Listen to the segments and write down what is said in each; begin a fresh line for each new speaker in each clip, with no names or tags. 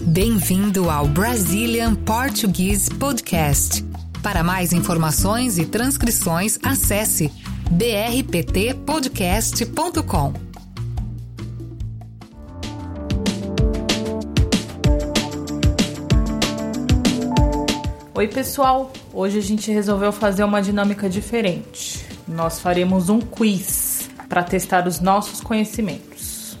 Bem-vindo ao Brazilian Portuguese Podcast. Para mais informações e transcrições, acesse brptpodcast.com.
Oi, pessoal! Hoje a gente resolveu fazer uma dinâmica diferente. Nós faremos um quiz para testar os nossos conhecimentos.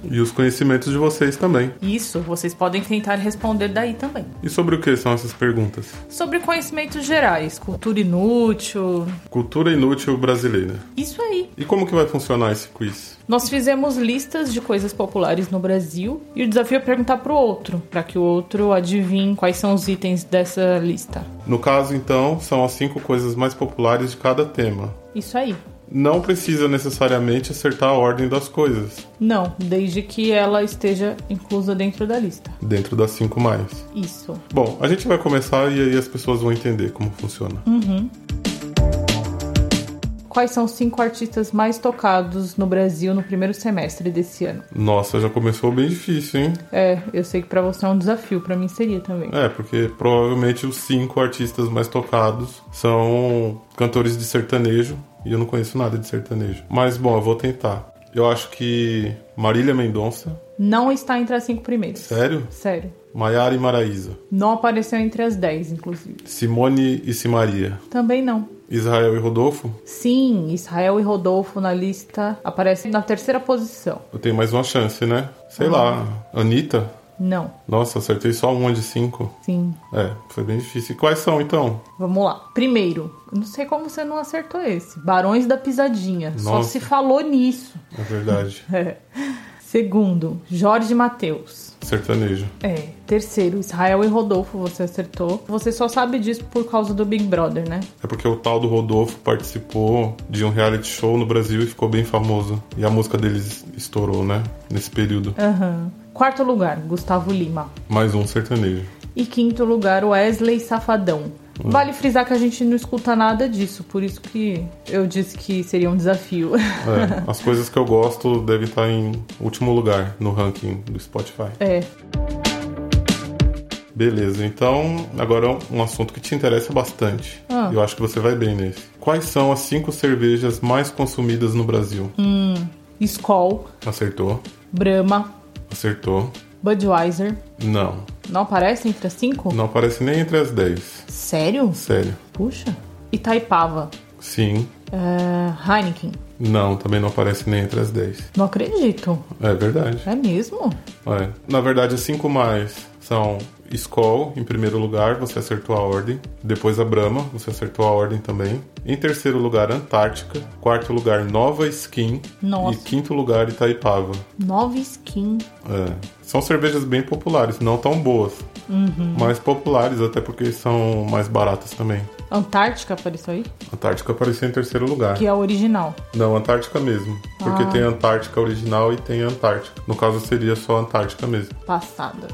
E os conhecimentos de vocês também.
Isso, vocês podem tentar responder daí também.
E sobre o que são essas perguntas?
Sobre conhecimentos gerais, cultura inútil,
Cultura inútil brasileira.
isso aí.
E como que vai funcionar esse quiz?
Nós fizemos listas de coisas populares no Brasil e o desafio é perguntar pro outro, para que o outro adivinhe quais são os itens dessa lista.
No caso, então, são as cinco coisas mais populares de cada tema.
Isso aí.
Não precisa necessariamente acertar a ordem das coisas
Não, desde que ela esteja inclusa dentro da lista.
dentro das cinco mais.
Isso.
Bom, a gente vai começar e aí as pessoas vão entender como funciona.
Quais são os cinco artistas mais tocados no Brasil no primeiro semestre desse ano?
Nossa, já começou bem difícil, hein?
É, eu sei que pra você é um desafio, pra mim seria também.
É, porque provavelmente os cinco artistas mais tocados são cantores de sertanejo e eu não conheço nada de sertanejo. Mas bom, eu vou tentar. Eu acho que Marília Mendonça,
Não está entre as cinco primeiras.
sério?
Sério.
Maiara e Maraísa,
Não apareceu entre as dez, inclusive.
Simone e Simaria,
Também não.
Israel e Rodolfo.
Sim, Israel e Rodolfo na lista aparecem na terceira posição.
Eu tenho mais uma chance, né? Sei lá, Anitta.
Não.
Nossa, acertei só uma de cinco.
Sim.
É, foi bem difícil. E quais são então?
Vamos lá. Primeiro, eu não sei como você não acertou esse. Barões da Pisadinha. Só
Nossa.
se falou nisso.
Na verdade,
É. Segundo, Jorge Mateus.
sertanejo.
É. Terceiro, Israel e Rodolfo, você acertou. Você só sabe disso por causa do Big Brother, né?
É porque o tal do Rodolfo participou de um reality show no Brasil e ficou bem famoso. E a música deles estourou, né? Nesse período.
É. Aham. Quarto lugar, Gustavo Lima.
Mais um sertanejo.
E quinto lugar, Wesley Safadão. Vale frisar que a gente não escuta nada disso, por isso que eu disse que seria um desafio.
É, as coisas que eu gosto devem estar em último lugar no ranking do Spotify.
É,
Beleza, então agora um assunto que te interessa bastante.
Ah.
Eu acho que você vai bem nesse. Quais são as cinco cervejas mais consumidas no Brasil?
Skol,
Acertou.
Brahma,
Acertou.
Budweiser.
Não.
Não aparece entre as cinco?
Não aparece nem entre as 10.
Sério?
Sério.
Puxa. Itaipava,
Sim.
é, Heineken.
Não, também não aparece nem entre as 10.
Não acredito.
É verdade.
É mesmo?
É. Na verdade, as cinco mais são Skoll, em primeiro lugar, você acertou a ordem. Depois a Brahma, você acertou a ordem também. Em terceiro lugar, Antártica. Quarto lugar, Nova Skin.
Nossa.
E quinto lugar, Itaipava.
Nova skin.
É. São cervejas bem populares, não tão boas.
Uhum.
Mas populares, até porque são mais baratas também.
Antártica apareceu aí?
Antártica apareceu em terceiro lugar.
Que é a original.
Não, Antártica mesmo. Porque
Ah.
tem Antártica original e tem Antártica. No caso, seria só Antártica mesmo.
Passada.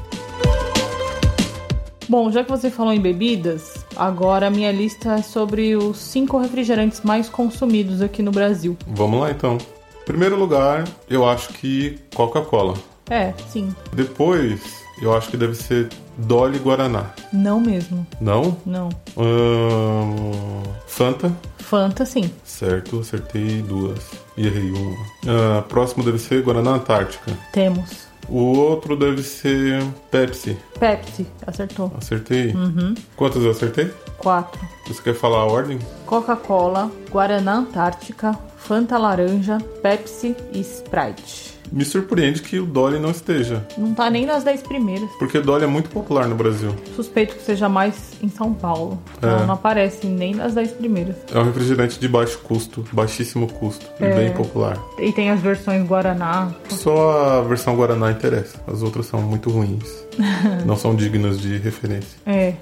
Bom, já que você falou em bebidas, agora a minha lista é sobre os cinco refrigerantes mais consumidos aqui no Brasil.
Vamos lá então. Primeiro lugar, eu acho que Coca-Cola.
É, sim.
Depois, eu acho que deve ser Dolly Guaraná.
Não mesmo.
Não?
Não.
Ahn, Fanta.
Fanta, sim.
Certo, acertei duas. E errei uma. Ah, próximo deve ser Guaraná Antártica.
Temos.
O outro deve ser Pepsi.
Pepsi, acertou.
Acertei? Quantas eu acertei?
Quatro.
Você quer falar a ordem?
Coca-Cola, Guaraná Antártica, Fanta Laranja, Pepsi e Sprite.
Me surpreende que o Dolly não esteja.
Não tá nem nas dez primeiras.
Porque Dolly é muito popular no Brasil.
Suspeito que seja mais em São Paulo.
É.
Ela não aparece nem nas dez primeiras.
É um refrigerante de baixo custo, baixíssimo custo. E
É.
bem popular.
E tem as versões Guaraná.
Só a versão Guaraná interessa. As outras são muito ruins. Não são dignas de referência.
É.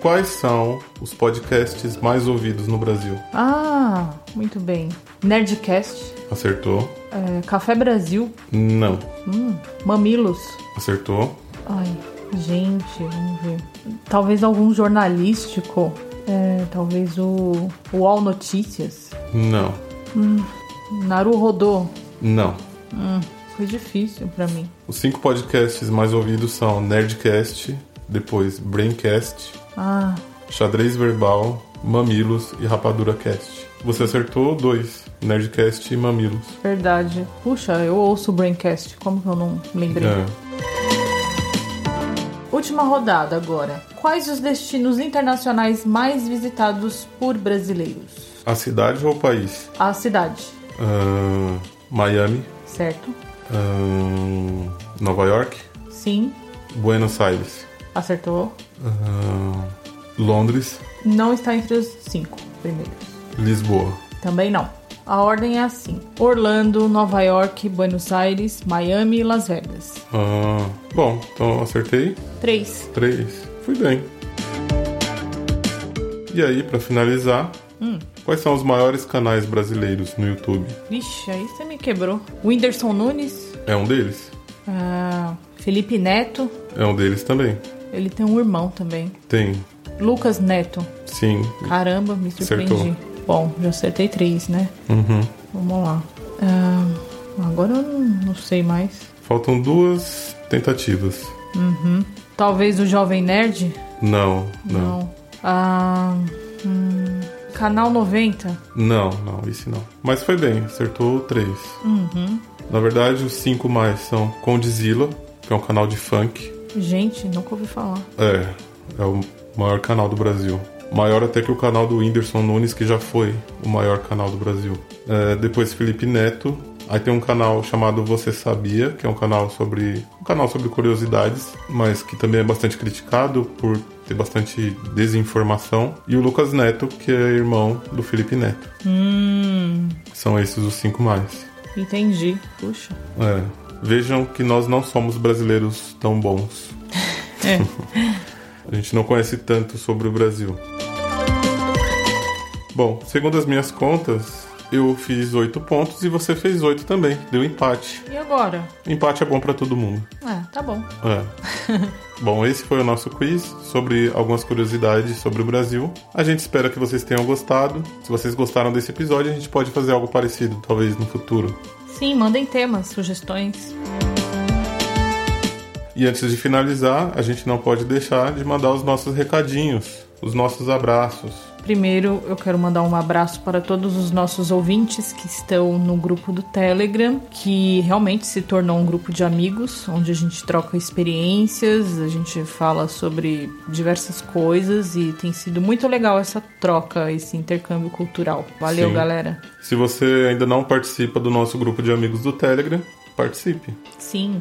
Quais são os podcasts mais ouvidos no Brasil?
Ah, muito bem. Nerdcast,
Acertou?
é, Café Brasil,
Não.
hum, Mamilos.
Acertou?
Ai, gente, vamos ver. Talvez algum jornalístico. é, talvez o UOL Notícias.
Não.
Naru Rodô.
Não.
Hum, foi difícil pra mim.
Os cinco podcasts mais ouvidos são Nerdcast, depois Braincast,
Ah,
Xadrez Verbal, Mamilos e Rapadura Cast. Você acertou dois, Nerdcast e Mamilos.
verdade. Puxa, eu ouço o Braincast. Como que eu não lembrei?
É.
Última rodada agora. Quais os destinos internacionais mais visitados por brasileiros?
A cidade ou o país?
A cidade,
Ahn, Miami,
certo?
ahn, Nova York,
Sim,
Buenos Aires,
acertou.
ahn, Londres,
Não está entre os cinco primeiros.
Lisboa.
Também não. A ordem é assim: Orlando, Nova York, Buenos Aires, Miami e Las Vegas.
Ahn, bom, então eu acertei
Três.
três. Fui bem. E aí, pra finalizar, quais são os maiores canais brasileiros no YouTube?
Vixe, aí você me quebrou. Whindersson Nunes,
É um deles.
ah, Felipe Neto,
É um deles também.
ele tem um irmão também.
Tem,
Lucas Neto.
sim.
Caramba, me surpreendi. Bom, já acertei três, né?
Uhum.
Vamos lá. Ah, agora eu não, não sei mais.
Faltam duas tentativas.
Talvez o Jovem Nerd?
Não, não.
Ah, hum, Canal 90?
Não, não, esse não. Mas foi bem, acertou três. Na verdade, os cinco mais são Condizila, que é um canal de funk.
Gente, nunca ouvi falar.
É, é o maior canal do Brasil. Maior até que o canal do Whindersson Nunes, que já foi o maior canal do Brasil. É, depois Felipe Neto. Aí tem um canal chamado Você Sabia, que é um canal sobre. um canal sobre curiosidades, mas que também é bastante criticado por ter bastante desinformação. E o Lucas Neto, que é irmão do Felipe Neto.
Hum,
São esses os cinco mais.
entendi. Puxa.
É. Vejam que nós não somos brasileiros tão bons.
É.
A gente não conhece tanto sobre o Brasil. Bom, segundo as minhas contas, eu fiz oito pontos e você fez oito também. Deu empate.
E agora?
Empate é bom pra todo mundo.
Ah, tá bom.
É. Bom, esse foi o nosso quiz sobre algumas curiosidades sobre o Brasil. A gente espera que vocês tenham gostado. Se vocês gostaram desse episódio, a gente pode fazer algo parecido, talvez no futuro.
Sim, mandem temas, sugestões.
E antes de finalizar, a gente não pode deixar de mandar os nossos recadinhos, os nossos abraços.
Primeiro, eu quero mandar um abraço para todos os nossos ouvintes que estão no grupo do Telegram, que realmente se tornou um grupo de amigos, onde a gente troca experiências, a gente fala sobre diversas coisas e tem sido muito legal essa troca, esse intercâmbio cultural. Valeu,
Sim.
galera.
Se você ainda não participa do nosso grupo de amigos do Telegram, participe.
Sim,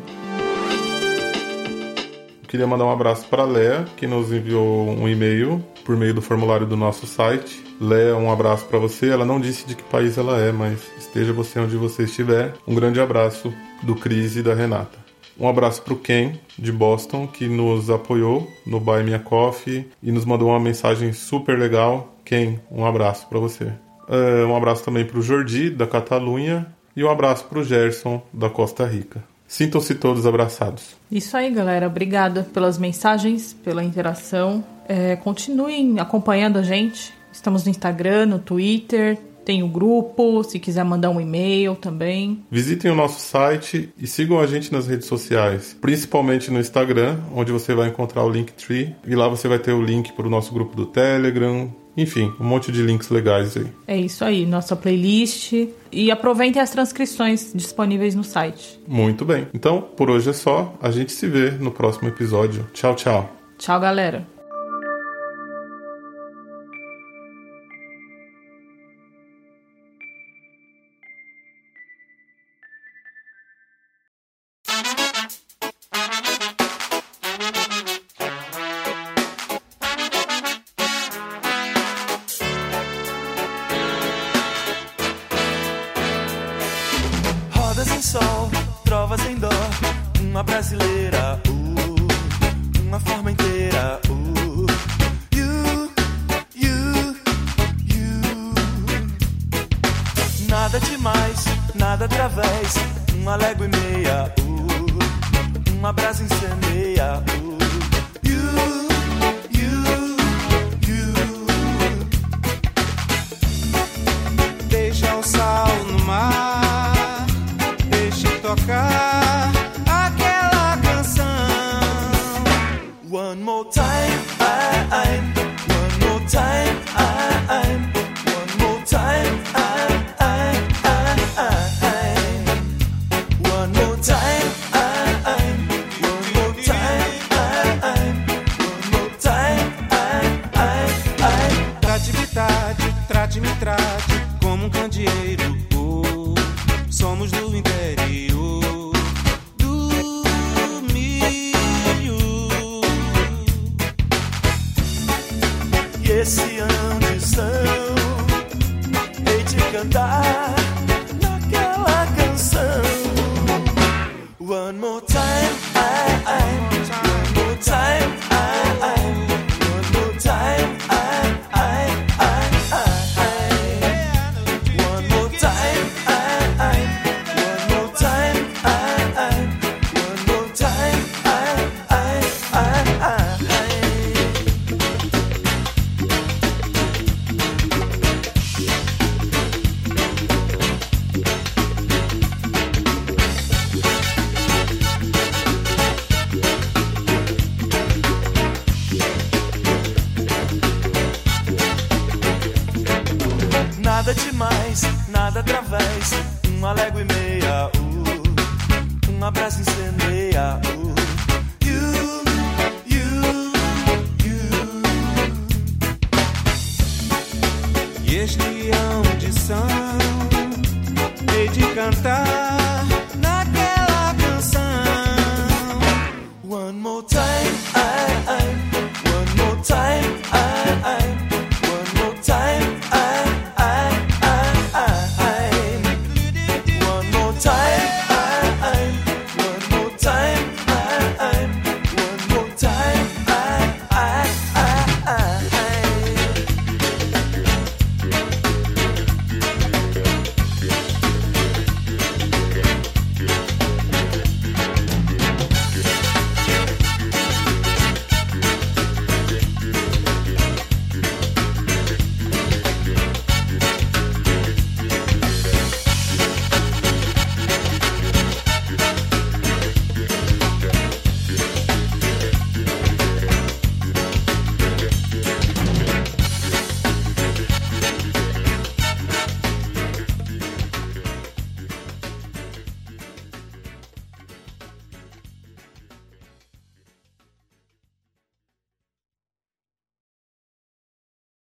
Eu Queria mandar um abraço para a Lea, que nos enviou um e-mail por meio do formulário do nosso site. Lea, um abraço para você. Ela não disse de que país ela é, mas esteja você onde você estiver. Um grande abraço do Cris e da Renata. Um abraço para o Ken, de Boston, que nos apoiou no Buy Me a Coffee e nos mandou uma mensagem super legal. Ken, um abraço para você. É, um abraço também para o Jordi, da Catalunha. E um abraço para o Gerson, da Costa Rica. Sintam-se todos abraçados.
Isso aí, galera. Obrigada pelas mensagens, pela interação. É, continuem acompanhando a gente. Estamos no Instagram, no Twitter, tem o grupo. Se quiser mandar um e-mail também.
Visitem o nosso site e sigam a gente nas redes sociais, principalmente no Instagram, onde você vai encontrar o Linktree e lá você vai ter o link para o nosso grupo do Telegram, enfim, um monte de links legais aí.
É isso aí, nossa playlist. E aproveitem as transcrições disponíveis no site.
Muito bem. Então, por hoje é só. A gente se vê no próximo episódio. Tchau, tchau.
Tchau, galera.
Rodas em sol, trovas em dó, uma brasileira, uh, uma forma inteira, uh. You, you, you. Nada demais, nada através, uma légua e meia, uh, uma brasa incendeia, uh. You, you, you. Deixa o sal no mar, deixa tocar. um Um